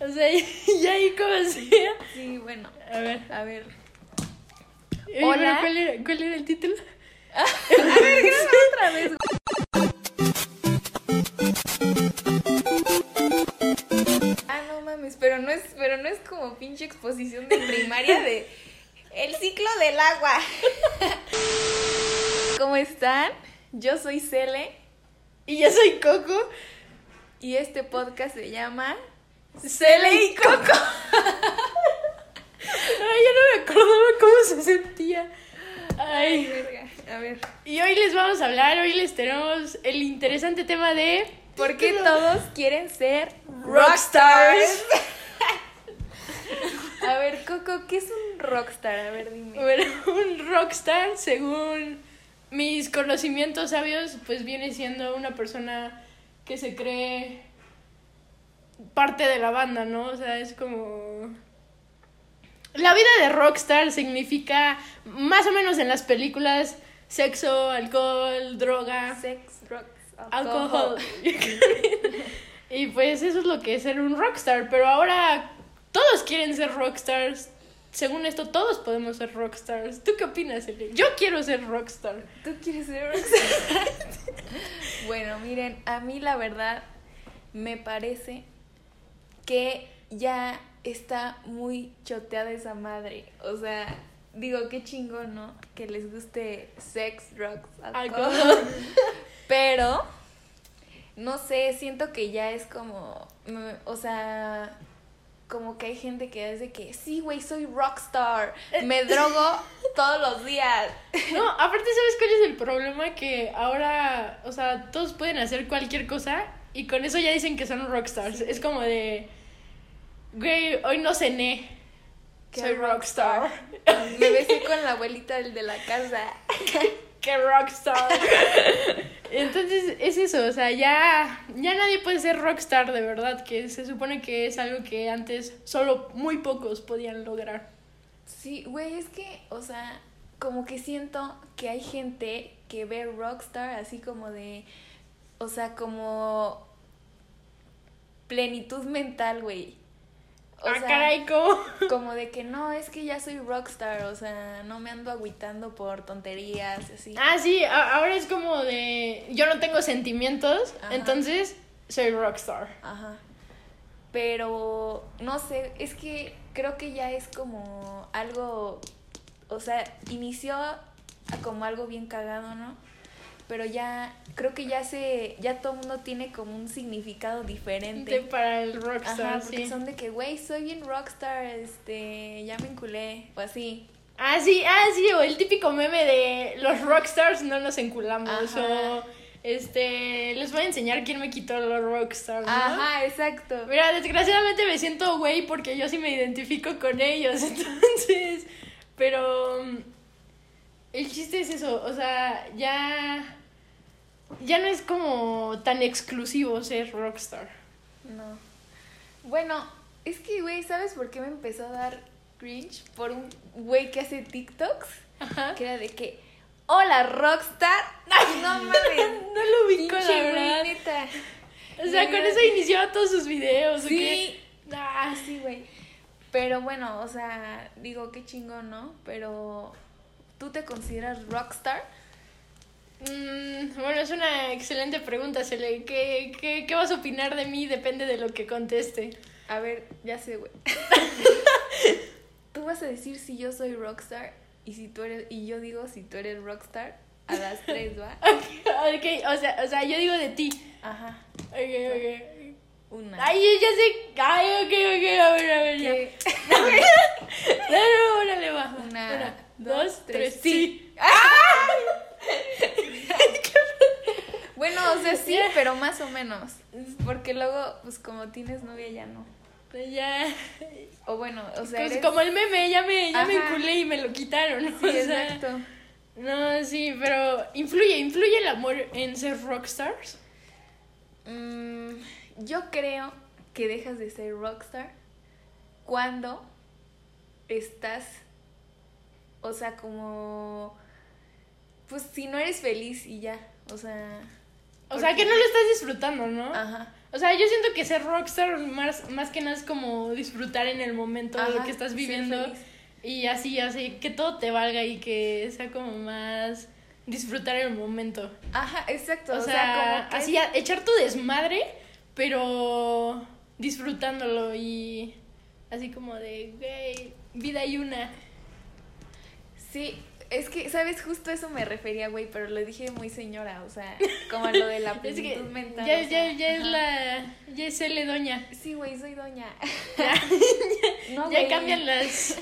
O sea, y ahí como sea. Sí, bueno. A ver. A ver. Oye, pero Hola. ¿Cuál era, cuál era el título? A ver, graba otra vez. güey. Ah, no mames, pero no es, pero no es como pinche exposición de primaria de el ciclo del agua. ¿Cómo están? Yo soy Cele Y yo soy Coco. y este podcast se llama Cele y Coco. Ay, ya no me acordaba cómo se sentía. Ay. verga. A ver, Y hoy les vamos a hablar, hoy les tenemos el interesante tema de... ¿por qué todos quieren ser Rockstars. A ver, Coco, ¿qué es un rockstar? A ver, dime. Bueno, un rockstar, según mis conocimientos sabios, pues viene siendo una persona que se cree parte de la banda, ¿no? O sea, es como... La vida de rockstar significa, más o menos en las películas, sexo, alcohol, droga, Sex, drugs, alcohol. y pues eso es lo que es ser un rockstar, pero ahora todos quieren ser rockstars. Según esto, todos podemos ser rockstars. ¿Tú qué opinas, Eli? Yo quiero ser rockstar. ¿Tú quieres ser rockstar? bueno, miren, a mí la verdad me parece que ya está muy choteada esa madre. O sea, digo, qué chingón, ¿no? Que les guste sex, drugs, alcohol. Alcohol. Pero, no sé, siento que ya es como, mm, o sea... Como que hay gente que es de que, sí, güey, soy rockstar. Me drogo todos los días. No, aparte, ¿sabes cuál es el problema? Que ahora, o sea, todos pueden hacer cualquier cosa y con eso ya dicen que son rockstars. Es como de, güey, hoy no cené. ¿Qué Soy rockstar. Me besé con la abuelita del de la casa. ¡Qué rockstar! Entonces es eso, o sea, ya, ya nadie puede ser rockstar de verdad, que se supone que es algo que antes solo muy pocos podían lograr. Sí, güey, es que, o sea, como que siento que hay gente que ve rockstar así como de, o sea, como plenitud mental, güey. O ¡Ah, sea, caray, cómo! como de que no, es que ya soy rockstar, o sea, no me ando agüitando por tonterías, así. Ah, sí, a- ahora es como de, yo no tengo sentimientos, Ajá. entonces soy rockstar. Ajá. Pero no sé, es que creo que ya es como algo, o sea, inició a como algo bien cagado, ¿no? Pero ya creo que ya se ya todo el mundo tiene como un significado De- diferente. para el rockstar, Ajá, porque sí. son de que, güey, soy bien rockstar, este, ya me enculé, o así. Ah, sí, ah, sí, o el típico meme de los rockstars no nos enculamos, Ajá. o este, les voy a enseñar quién me quitó los rockstars, ¿no? Ajá, exacto. Mira, desgraciadamente me siento güey porque yo sí me identifico con ellos, entonces, pero mm, el chiste es eso, o sea, ya ya no es como tan exclusivo ser rockstar. No. Bueno, es que, güey, ¿sabes por qué me empezó a dar cringe? Por un güey que hace TikToks. Ajá. Que era de que, hola, rockstar. Ay, no mames. No lo ubico, Pinche la güey, verdad. neta. O sea, con eso iniciaba todos sus videos, ¿o qué? Sí. Ah, Así, güey. Pero bueno, o sea, digo, qué chingón, ¿no? Pero, ¿tú te consideras rockstar? mm, bueno, es una excelente pregunta, Sele. ¿Qué, qué, ¿Qué vas a opinar de mí? Depende de lo que conteste. A ver, ya sé, güey. tú vas a decir si yo soy rockstar y si tú eres y yo digo si tú eres rockstar a las tres, ¿va? Ok, o sea, o sea, yo digo de ti. Ajá. Ok, ok. Una. Ay, yo ya sé. Ay, ok, ok, a ver, a ver, ya. ¿Qué? No, no, órale, va. Una, dos, tres, sí. Bueno, o sea, sí, Ya. pero más o menos. Porque luego, pues como tienes novia ya no. Pues Ya. O bueno, o sea, Pues eres- como el meme, ya me, ya me Ajá. enculé y me lo quitaron. sí, o sea, exacto. No, sí, pero influye, influye el amor en ser rockstars. Mm, yo creo que dejas de ser rockstar cuando estás, o sea, como, pues si no eres feliz y ya, o sea, O sea, que no lo estás disfrutando, ¿no? ajá. O sea, yo siento que ser rockstar más, más que nada es como disfrutar en el momento de lo Ajá, que estás ser viviendo feliz. y así, así, que todo te valga y que sea como más disfrutar el momento. Ajá, exacto. O, sea, como que así, a- echar tu desmadre, pero disfrutándolo y así como de, güey, vida hay una. Sí, es que, ¿sabes? Justo a eso me refería, güey, pero lo dije muy señora, o sea, como a lo de la Es plenitud que mental. ya, o ya, sea, ya es ajá. la, ya es L doña. Sí, güey, soy doña. Ya, No, ya güey. cambian las,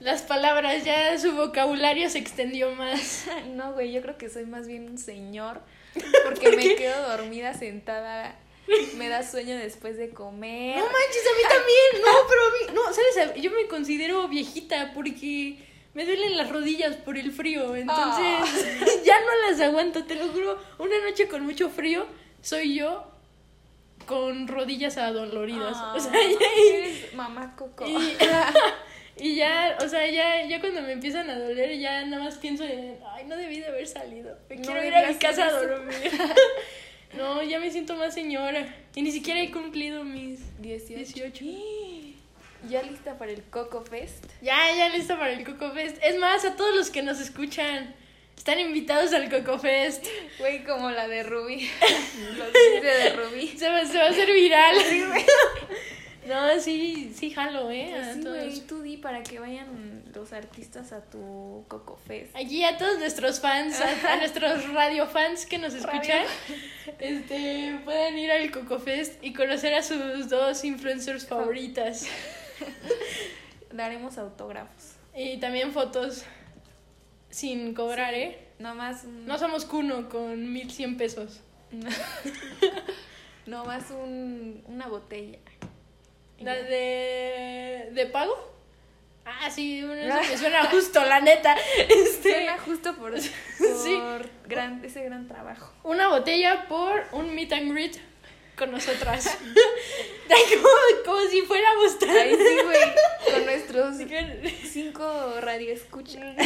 las palabras, ya su vocabulario se extendió más. No, güey, yo creo que soy más bien un señor, porque me quedo dormida sentada, me da sueño después de comer. No manches, a mí también. No, pero a mí, no, sabes, A- yo me considero viejita porque me duelen las rodillas por el frío. Entonces, Ah. ya no las aguanto, te lo juro. Una noche con mucho frío, soy yo con rodillas adoloridas. Ah, O sea, ya, eres mamá coco. y, y ya, o sea, ya, ya cuando me empiezan a doler, ya nada más pienso en, ay, no debí de haber salido. Me No quiero ir debí a mi hacer casa a eso". dormir. no, ya me siento más señora. Y ni siquiera he cumplido mis 18. 18. ¿Ya lista para el Coco Fest? Ya, ya lista para el Coco Fest. Es más, a todos los que nos escuchan, están invitados al Coco Fest. Güey, como la de Ruby. Los chistes de Ruby. Se va, se va a hacer viral. No, sí, sí, jalo, ¿eh? A Pues Sí, todos. güey, tú di para que vayan los artistas a tu Coco Fest. Allí a todos nuestros fans, a, a nuestros radiofans que nos escuchan, este, puedan ir al Coco Fest y conocer a sus dos influencers favoritas. Daremos autógrafos. Y también fotos sin cobrar, ¿eh? Nomás un, No somos Kuno con 1100 pesos. nomás un, una botella. ¿La de, de pago? Ah, sí, una de esas que suena justo, la neta. Este, Suena justo por, por Sí. gran, ese gran trabajo. Una botella por un meet and greet con nosotras. Ay, como, como si fuéramos tan... Ahí sí, güey, con nuestros Así que- cinco radioescuchas.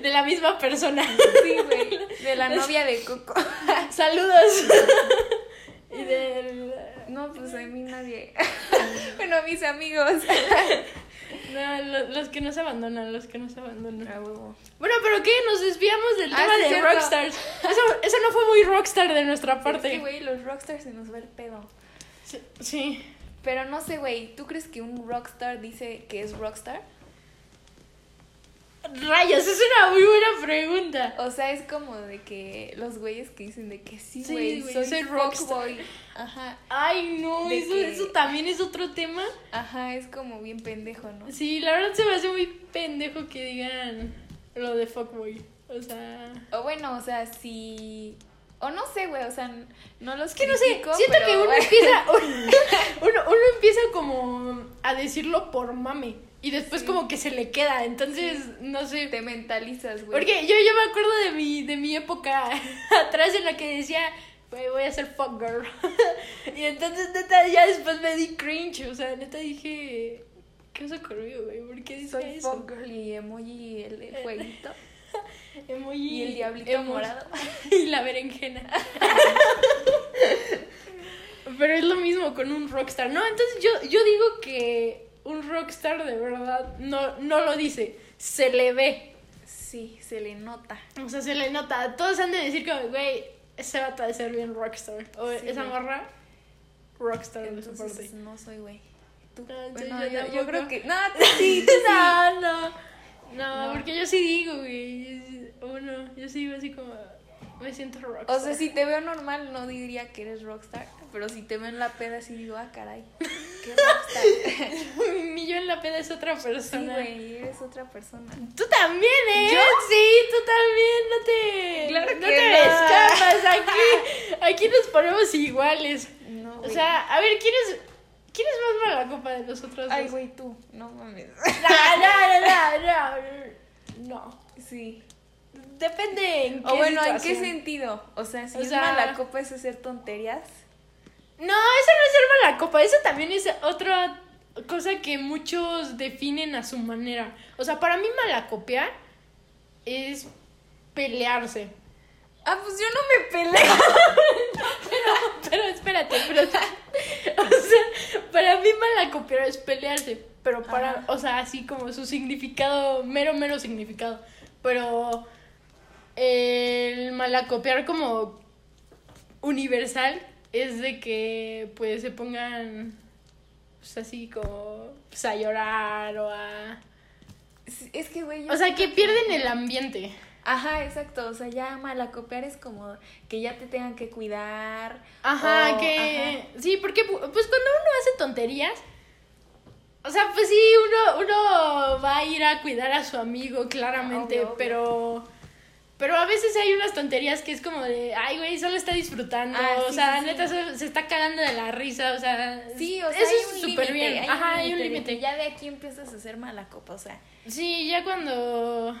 De la misma persona. Sí, güey, de la novia de Coco. Saludos. Y del... No, pues a mí nadie. Bueno, a mis amigos. No, lo- los que nos abandonan, los que nos abandonan. A huevo. Bueno, pero ¿qué? Nos desviamos del Ah, tema sí, de cierto. rockstars. Eso, eso no fue muy rockstar de nuestra Aparte. parte. güey, los rockstars se nos va el pedo. Sí- sí. Pero no sé, güey, ¿tú crees que un rockstar dice que es rockstar? Rayos, es una muy buena pregunta. O sea, es como de que los güeyes que dicen de que sí, Sí, güey, güey, soy, soy rockstar. rockboy. Ajá, Ay, no, De eso, que- eso también es otro tema. ajá, es como bien pendejo, ¿no? Sí, la verdad se me hace muy pendejo que digan lo de fuckboy. O sea. O bueno, o sea, si... O no sé, güey, o sea, n- no los Es que no sé, critico, siento pero- que uno empieza. Uno, uno empieza como a decirlo por mame. Y después, Sí. como que se le queda. Entonces, no sé. Te mentalizas, güey. Porque yo, yo me acuerdo de mi, de mi época atrás en la que decía, "Güey, voy a ser fuck girl. y entonces, neta, ya después me di cringe. O sea, neta dije, ¿qué os ocurrió, güey? ¿Por qué dice Soy eso? fuckgirl y emoji el el jueguito Emoji, y el diablito emos, morado. Y la berenjena. Pero es lo mismo con un rockstar. No, entonces yo, yo digo que un rockstar de verdad no, no lo dice, se le ve. Sí, se le nota. O sea, se le nota. Todos han de decir como, güey, ese vato ha de ser bien rockstar. O Sí, esa güey. morra, rockstar de su Entonces, parte. no soy güey. Tú. No, yo- Bueno, yo yo, yo tampoco. creo que... No, tú sí, tú sí. no, no, no. No. porque yo sí digo, güey. Uno, yo sí digo así como, me siento rockstar. O sea, si te veo normal, no diría que eres rockstar. Pero si te veo en la peda, sí digo, ah, caray. Qué rockstar. Ni yo en la peda es otra Sí, persona. güey, eres otra persona. Tú también, ¿eh? ¿Yo? Sí, tú también, no te... Claro no que te no. escapas aquí. Aquí nos ponemos iguales. No, O sea, a ver, ¿quién es, quién es más mala copa de nosotros Ay, dos? güey, tú. No mames. No, no, no, no, no. No. Sí. Depende en qué O bueno, ¿en qué situación. sentido? O sea, si O es sea- mala copa es hacer tonterías. No, eso no es ser mala copa. Eso también es otra cosa que muchos definen a su manera. O sea, para mí malacopear es pelearse. Ah, pues yo no me peleo. Pero espérate, pero. O sea, para mí mala copiar es pelearse. Pero para. Ajá. O sea, así como su significado, mero, mero significado. Pero. El malacopiar como universal es de que pues se pongan pues así como pues, a llorar o a Es- Es que, güey. yo o sea siento que pierden el ambiente Ajá, exacto. O sea, ya malacopiar es como que ya te tengan que cuidar. Ajá, o- que... ajá. Sí, porque pu- pues cuando uno hace tonterías, o sea, pues sí, uno, uno va a ir a cuidar a su amigo, claramente, Obvio, obvio. pero... Pero a veces hay unas tonterías que es como de, ay, güey, solo está disfrutando, Ah, o sí, sea, sí, sí. neta, solo- se está cagando de la risa, o sea... Sí, o sea, eso hay es un súper límite, bien, hay ajá, hay un de límite. que Ya de aquí empiezas a hacer mala copa, o sea. Sí, ya cuando...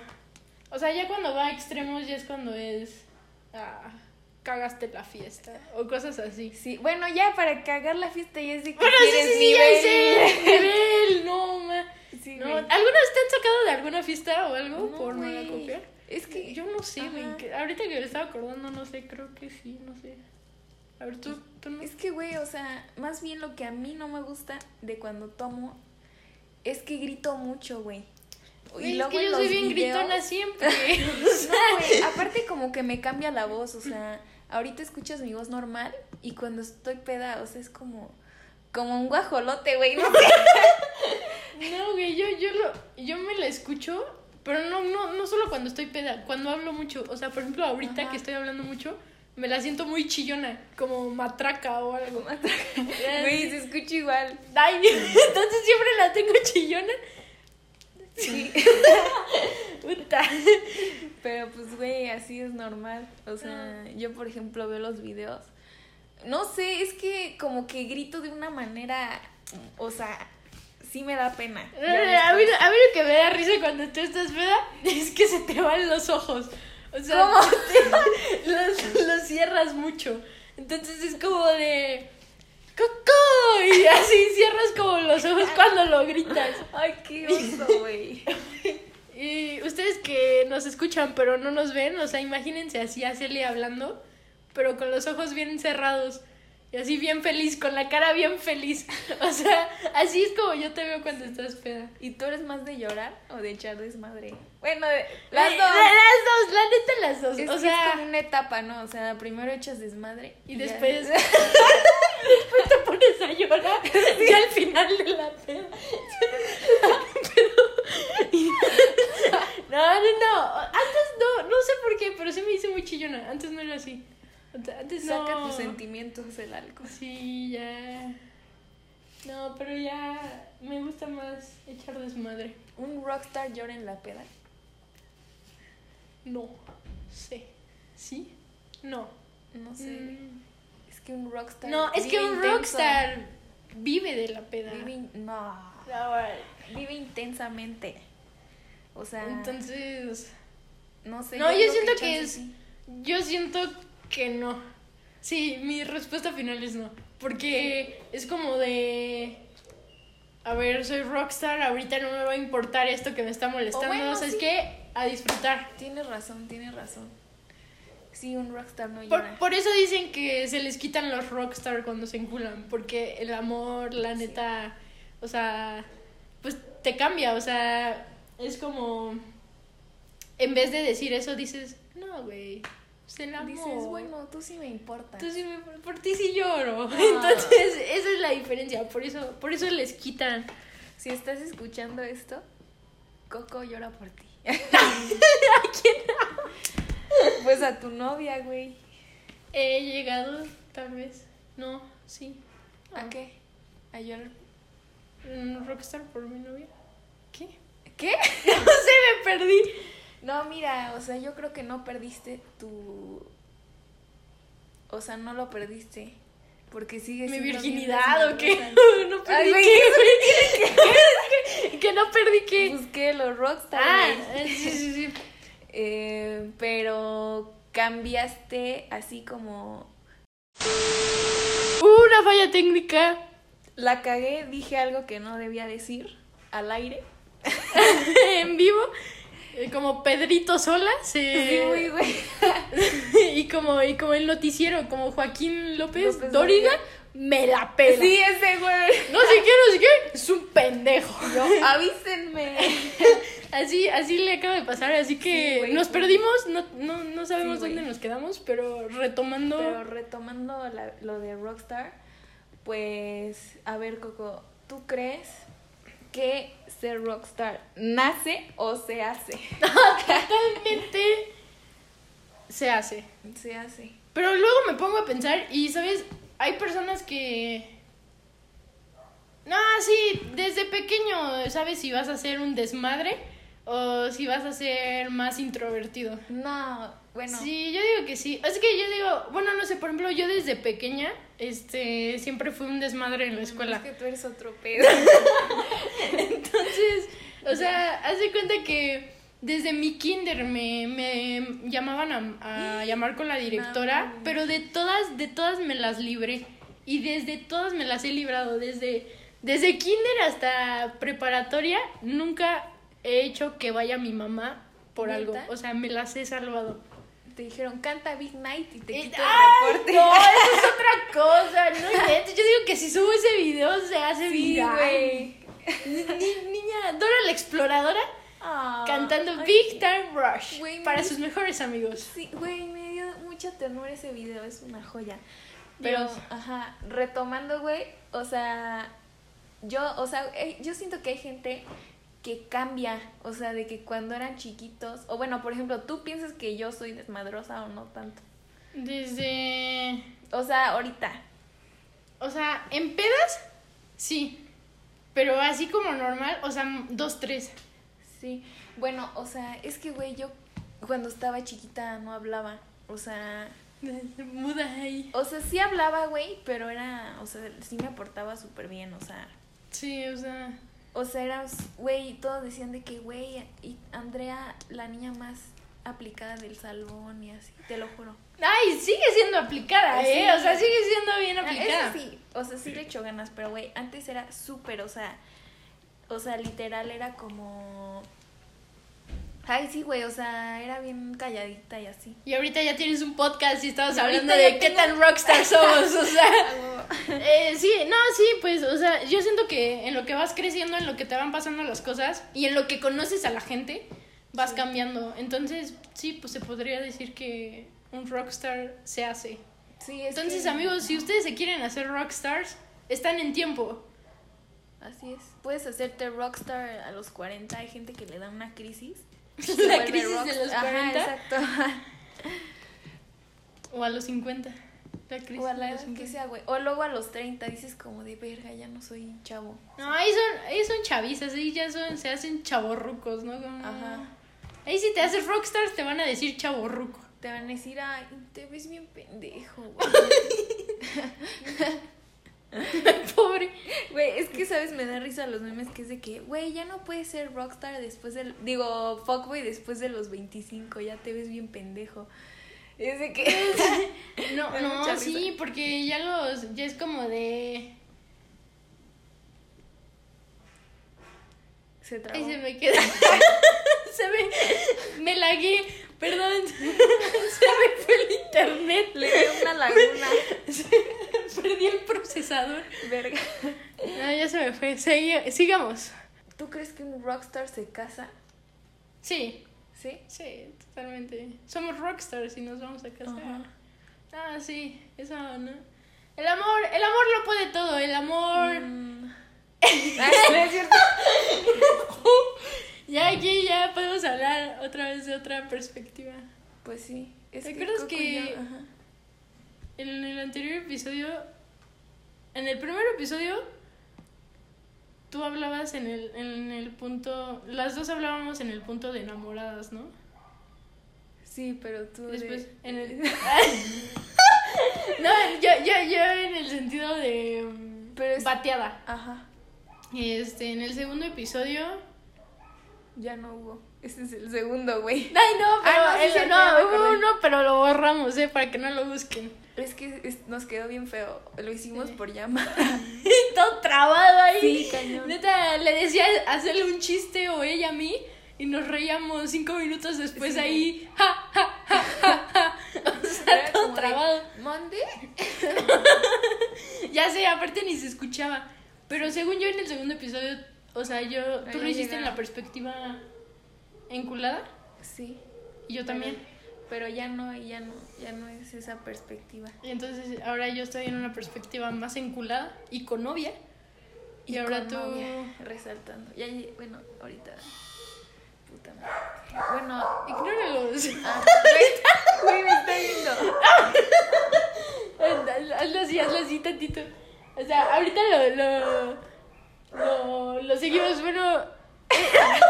O sea, ya cuando va a extremos ya es cuando es... Ah, cagaste la fiesta, o cosas así. Sí, bueno, ya para cagar la fiesta ya es de que Bueno, sí, quieres sí, sí, ya nivel. hice nivel, no, ma. Sí, No, güey. ¿Alguna vez te han sacado de alguna fiesta o algo No, por güey. malacopiar? Es que Yo no sé, güey. Ajá. que- Ahorita que me estaba acordando, no sé, creo que sí, no sé. A ver, tú, tú no. Es que, güey, o sea, más bien lo que a mí no me gusta de cuando tomo es que grito mucho, güey. Güey, es luego que en yo soy los bien videos- gritona siempre. O sea, No, güey, aparte como que me cambia la voz, o sea, ahorita escuchas mi voz normal y cuando estoy peda, o sea, es como como un guajolote, güey, no sé. no, güey, yo, yo, lo, yo me la escucho, pero no, no, no solo cuando estoy peda, cuando hablo mucho. O sea, por ejemplo, ahorita Ajá. que estoy hablando mucho, me la siento muy chillona, como matraca o algo. Güey, se escucha igual. Ay, entonces siempre la tengo chillona. Sí, Puta. pero pues güey, así es normal. O sea, yo por ejemplo veo los videos. No sé, es que como que grito de una manera, o sea, sí me da pena. A mí, a mí lo que me da risa cuando tú estás peda es que se te van los ojos. O sea, ¿Cómo? los, los cierras mucho. Entonces es como de. ¡Coco! Y así cierras como los ojos cuando lo gritas. Ay, qué oso, güey. Y ustedes que nos escuchan pero no nos ven, o sea, imagínense así a Celia hablando, pero con los ojos bien cerrados y así bien feliz, con la cara bien feliz. O sea, así es como yo te veo cuando estás peda. ¿Y tú eres más de llorar o de echar desmadre? Bueno, de- Eh, las dos. Las dos, la neta, las dos. Es, o que es como sea, una etapa, ¿no? O sea, primero echas desmadre y ya- después. después te pones a llorar. Ya al final de la peda. Pero. No, no, no. Antes no, no sé por qué, pero sí me hice muy chillona. Antes no era así. O sea, Antes no. saca tus sentimientos el alcohol. Sí, ya. No, pero ya me gusta más echar desmadre. Un rockstar llora en la peda. No. Sé. ¿Sí? No. No sé. Mm. Es que un rockstar. No, es vive que un intenso. rockstar vive de la peda. Vive, in- no, vive intensamente. O sea, Entonces, no sé. No, yo creo siento que chance es- sí. yo siento que no. Sí, mi respuesta final es no. Porque es como de... A ver, soy rockstar, ahorita no me va a importar esto que me está molestando. bueno, ¿Sabes sí. qué? A disfrutar. Tienes razón, tienes razón. Sí, un rockstar no llora. Por, por eso dicen que se les quitan los rockstar cuando se enculan. Porque el amor, la Sí. neta, o sea, pues te cambia. O sea, es como. En vez de decir eso, dices, no, güey, pues el amor. Dices, bueno, tú sí me importas. Tú sí me- por ti sí lloro. Ah. Entonces, esa es la diferencia. Por eso, por eso les quitan. Si estás escuchando esto, Coco llora por ti. Pues a tu novia, güey. He llegado, tal vez. No, sí. ¿A Ah. qué? ¿A llorar? Un rockstar por mi novia. ¿Qué? ¿Qué? No sé, me perdí. No, mira, o sea, yo creo que no perdiste tu... O sea, no lo perdiste. Porque sigue mi siendo bien virginidad o qué Pues, desmadrosa. no perdí Ay, güey, qué, eso güey. que no perdí qué Busqué los rockstar. ah güey. eh, sí sí sí Eh, pero cambiaste así como... Hubo una falla técnica La cagué, dije algo que no debía decir al aire. en vivo eh, como Pedrito Sola Sí, se... güey, güey. y, como, y como el noticiero, como Joaquín López, López Dóriga, Dóriga. me la pela. Sí, ese güey. No sé qué, no sé qué, es un pendejo. Yo, avísenme. Así, así le acaba de pasar, así Sí, que güey. nos perdimos, no, no, no sabemos Sí, güey. dónde nos quedamos, pero retomando... Pero retomando la- lo de Rockstar, pues, a ver, Coco, ¿tú crees que ser Rockstar nace o se hace? Totalmente se hace. Se hace. Pero luego me pongo a pensar y, ¿sabes? Hay personas que... No, sí, desde pequeño sabes si vas a ser un desmadre o si vas a ser más introvertido. No, bueno. Sí, yo digo que sí. Es que yo digo, bueno, no sé, por ejemplo, yo desde pequeña este, siempre fui un desmadre en la escuela. Es que tú eres otro pedo. Entonces, o sea, haz de cuenta que desde mi kinder me, me llamaban a, a llamar con la directora, mames. pero de todas, de todas me las libré. Y desde todas me las he librado, desde, desde kinder hasta preparatoria, nunca he hecho que vaya mi mamá por algo. ¿Neta? O sea, me las he salvado. Te dijeron, canta Big Night y te Y- quito ¡Ay, el reporte. No, eso es otra cosa, no inventes. Yo digo que si subo ese video se hace Sí, viral. güey. Ni- niña, Dora la exploradora Ah, cantando ay, Big Time Rush Güey, para me- sus mejores amigos. Sí, güey, me dio mucha ternura ese video, es una joya. Pero, Dios. ajá, retomando, güey, o sea, yo, o sea, eh, yo siento que hay gente que cambia, o sea, de que cuando eran chiquitos, o bueno, por ejemplo, tú piensas que yo soy desmadrosa o no tanto. Desde. O sea, ahorita. O sea, en pedas, sí. Pero así como normal, o sea, dos, tres. Sí, bueno, o sea, es que, güey, yo cuando estaba chiquita no hablaba, o sea, Muda ahí. o sea, sí hablaba, güey, pero era, o sea, sí me aportaba súper bien, o sea, Sí, o sea. o sea, era, güey, todos decían de que, güey, y Andrea, la niña más aplicada del salón y así, te lo juro. Ay, sigue siendo aplicada, ¿eh? Sí. O sea, sigue siendo bien Ah, aplicada. Eso sí, o sea, sí le echó ganas, pero güey, antes era súper, o sea, o sea, literal era como... Ay, sí, güey, o sea, era bien calladita y así. Y ahorita ya tienes un podcast y estamos Y ahorita hablando de ya qué tengo- tan rockstar somos, o sea. Eh, sí, no, sí, pues, o sea, yo siento que en lo que vas creciendo, en lo que te van pasando las cosas y en lo que conoces a la gente, vas Sí. cambiando. Entonces, sí, pues se podría decir que un rockstar se hace. Sí, es Entonces, que- amigos, si ustedes se quieren hacer rockstars, están en tiempo. Así es. Puedes hacerte rockstar a los 40. Hay gente que le da una crisis. Se La vuelve crisis de rockstar. los Ajá, 40 exacto. o a los 50. La crisis O a de la los edad que 50. sea, güey. O luego a los 30 dices como de verga, ya no soy chavo. No, ahí son, ahí son chavizas, ahí ya son, se hacen chavorrucos, ¿no? Como- Ajá. Ahí si te haces rockstar te van a decir chavorruco. Te van a decir, ay, te ves bien pendejo, güey. Pobre. Güey, es que, ¿sabes? Me da risa los memes que es de que, güey, ya no puedes ser rockstar después del... Digo, fuckboy después de los 25, ya te ves bien pendejo. Es de que... No, Me da no, mucha sí, risa. porque ya los ya es como de Se Ay, trabó. se me queda. se me me lagué, perdón. se me fue el internet, Le dio una laguna. perdí el procesador. Verga. No, ya se me fue. Segui- sigamos. ¿Tú crees que un rockstar se casa? Sí, ¿Sí? sí, totalmente. Somos rockstars y nos vamos a casar. Ajá. Ah, sí, eso no. El amor, el amor lo puede todo, el amor. Mm. Ay, no es cierto. Ya aquí ya podemos hablar otra vez de otra perspectiva. Pues sí. Es ¿Te acuerdas Coco que- y yo- ajá. En el anterior episodio, en el primer episodio, tú hablabas en el, en el punto, las dos hablábamos en el punto de enamoradas, ¿no? Sí, pero tú... de- Después, en el... no, yo, yo, yo en el sentido de... mm, Pero es- Bateada. Ajá. Este, en el segundo episodio... Ya no hubo. Ese es el segundo, güey. Ay, no, pero... Ah, no, sí, el- sí, ya me no, hubo acordé. uno, pero lo borramos, ¿eh? Para que no lo busquen. Es que es- nos quedó bien feo. Lo hicimos Sí. por llamada. Todo trabado ahí. Sí, cañón. Neta, le decía hacerle un chiste o ella a mí. y nos reíamos cinco minutos después ahí. Ja, ja, ja, ja, ja. O sea, Era todo como de, trabado. ¿Monday? Ya sé, aparte ni se escuchaba. Pero según yo en el segundo episodio, o sea, yo. Tú Ahí lo hiciste en llegaron. la perspectiva enculada Sí. y yo también. Pero ya no, ya no, ya no es esa perspectiva. Y entonces ahora yo estoy en una perspectiva más enculada y con novia. Y, ahora con tú. novia, resaltando. Ya, lle- bueno, ahorita. Puta madre. Bueno, Ignóralos. ah, güey, güey, me está viendo. Hazlo así, hazlo así tantito. O sea, ahorita lo. lo, lo, lo seguimos. Bueno. eh,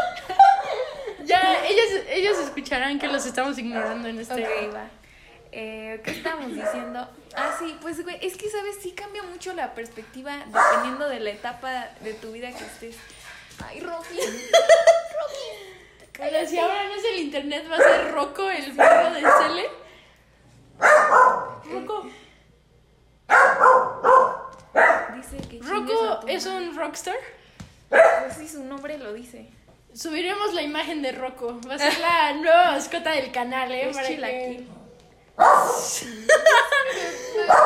ya, ellos, ellos escucharán que los estamos ignorando en este. Ok, va. Eh, ¿Qué estamos diciendo? Ah, sí, pues, güey, es que, ¿sabes? Sí cambia mucho la perspectiva dependiendo de la etapa de tu vida que estés. Ay, Rocky. Pero si ahora no es el internet, va a ser Rocco, el perro de Cele. Rocco, Dice que chingues a Rocco tu es madre. un rockstar. Pues sí, su nombre lo dice. Subiremos la imagen de Rocco. Va a ser la nueva mascota del canal, ¿eh? Es Para que- chilaquil.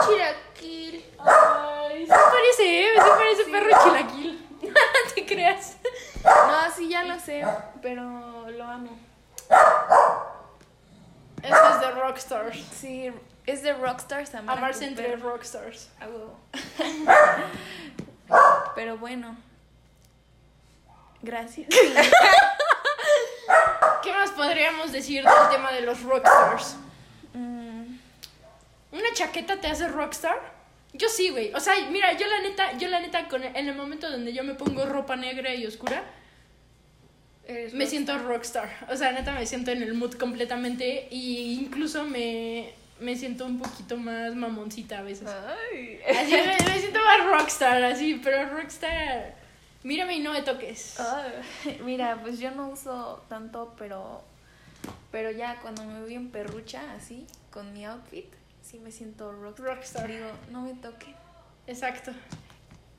chilaquil. Ay, sí parece, ¿eh? Sí parece perro chilaquil. No te creas. No, sí, ya lo sé, pero lo amo. Eso es de rockstars. Sí, es de Rockstars amar a Amarse tu entre perro. rockstars. A huevo. Pero bueno. Gracias. ¿Qué más podríamos decir del tema de los rockstars? Mm, ¿Una chaqueta te hace rockstar? Yo sí, güey. O sea, mira, yo la neta, yo la neta, con en el momento donde yo me pongo ropa negra y oscura, eres me rock- siento rockstar. O sea, neta, me siento en el mood completamente y incluso me, me siento un poquito más mamoncita a veces. Ah. Ay. Así me, me siento más rockstar, así, pero rockstar. Mírame y no me toques. Ah, mira, pues yo no uso tanto, pero pero ya cuando me veo en perrucha así con mi outfit, sí me siento rockstar. Rockstar. Digo, no me toquen. Exacto.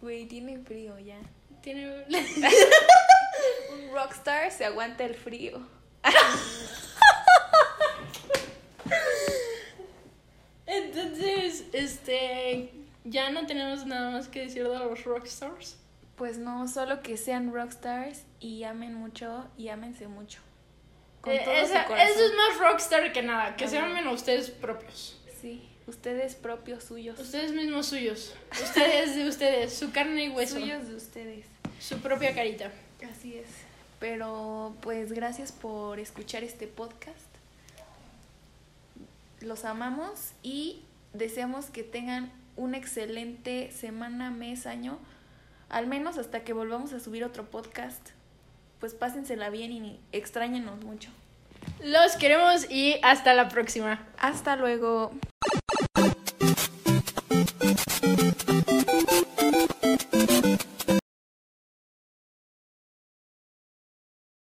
Güey, tiene frío ya. Tiene. Un rockstar se aguanta el frío. Entonces, este. Ya no tenemos nada más que decir de los rockstars. Pues no, solo que sean rockstars y amen mucho y ámense mucho. Con Eh, todo esa- su corazón. Ah, Eso es más rockstar que nada, que se Ajá. amen a ustedes propios. Sí, ustedes propios suyos. Ustedes mismos suyos. Ustedes de ustedes, su carne y hueso. Suyos de ustedes. Su propia carita. Así es. Pero pues gracias por escuchar este podcast. Los amamos y deseamos que tengan una excelente semana, mes, año. Al menos hasta que volvamos a subir otro podcast. Pues pásensela bien y extrañenos mucho. Los queremos y hasta la próxima. Hasta luego.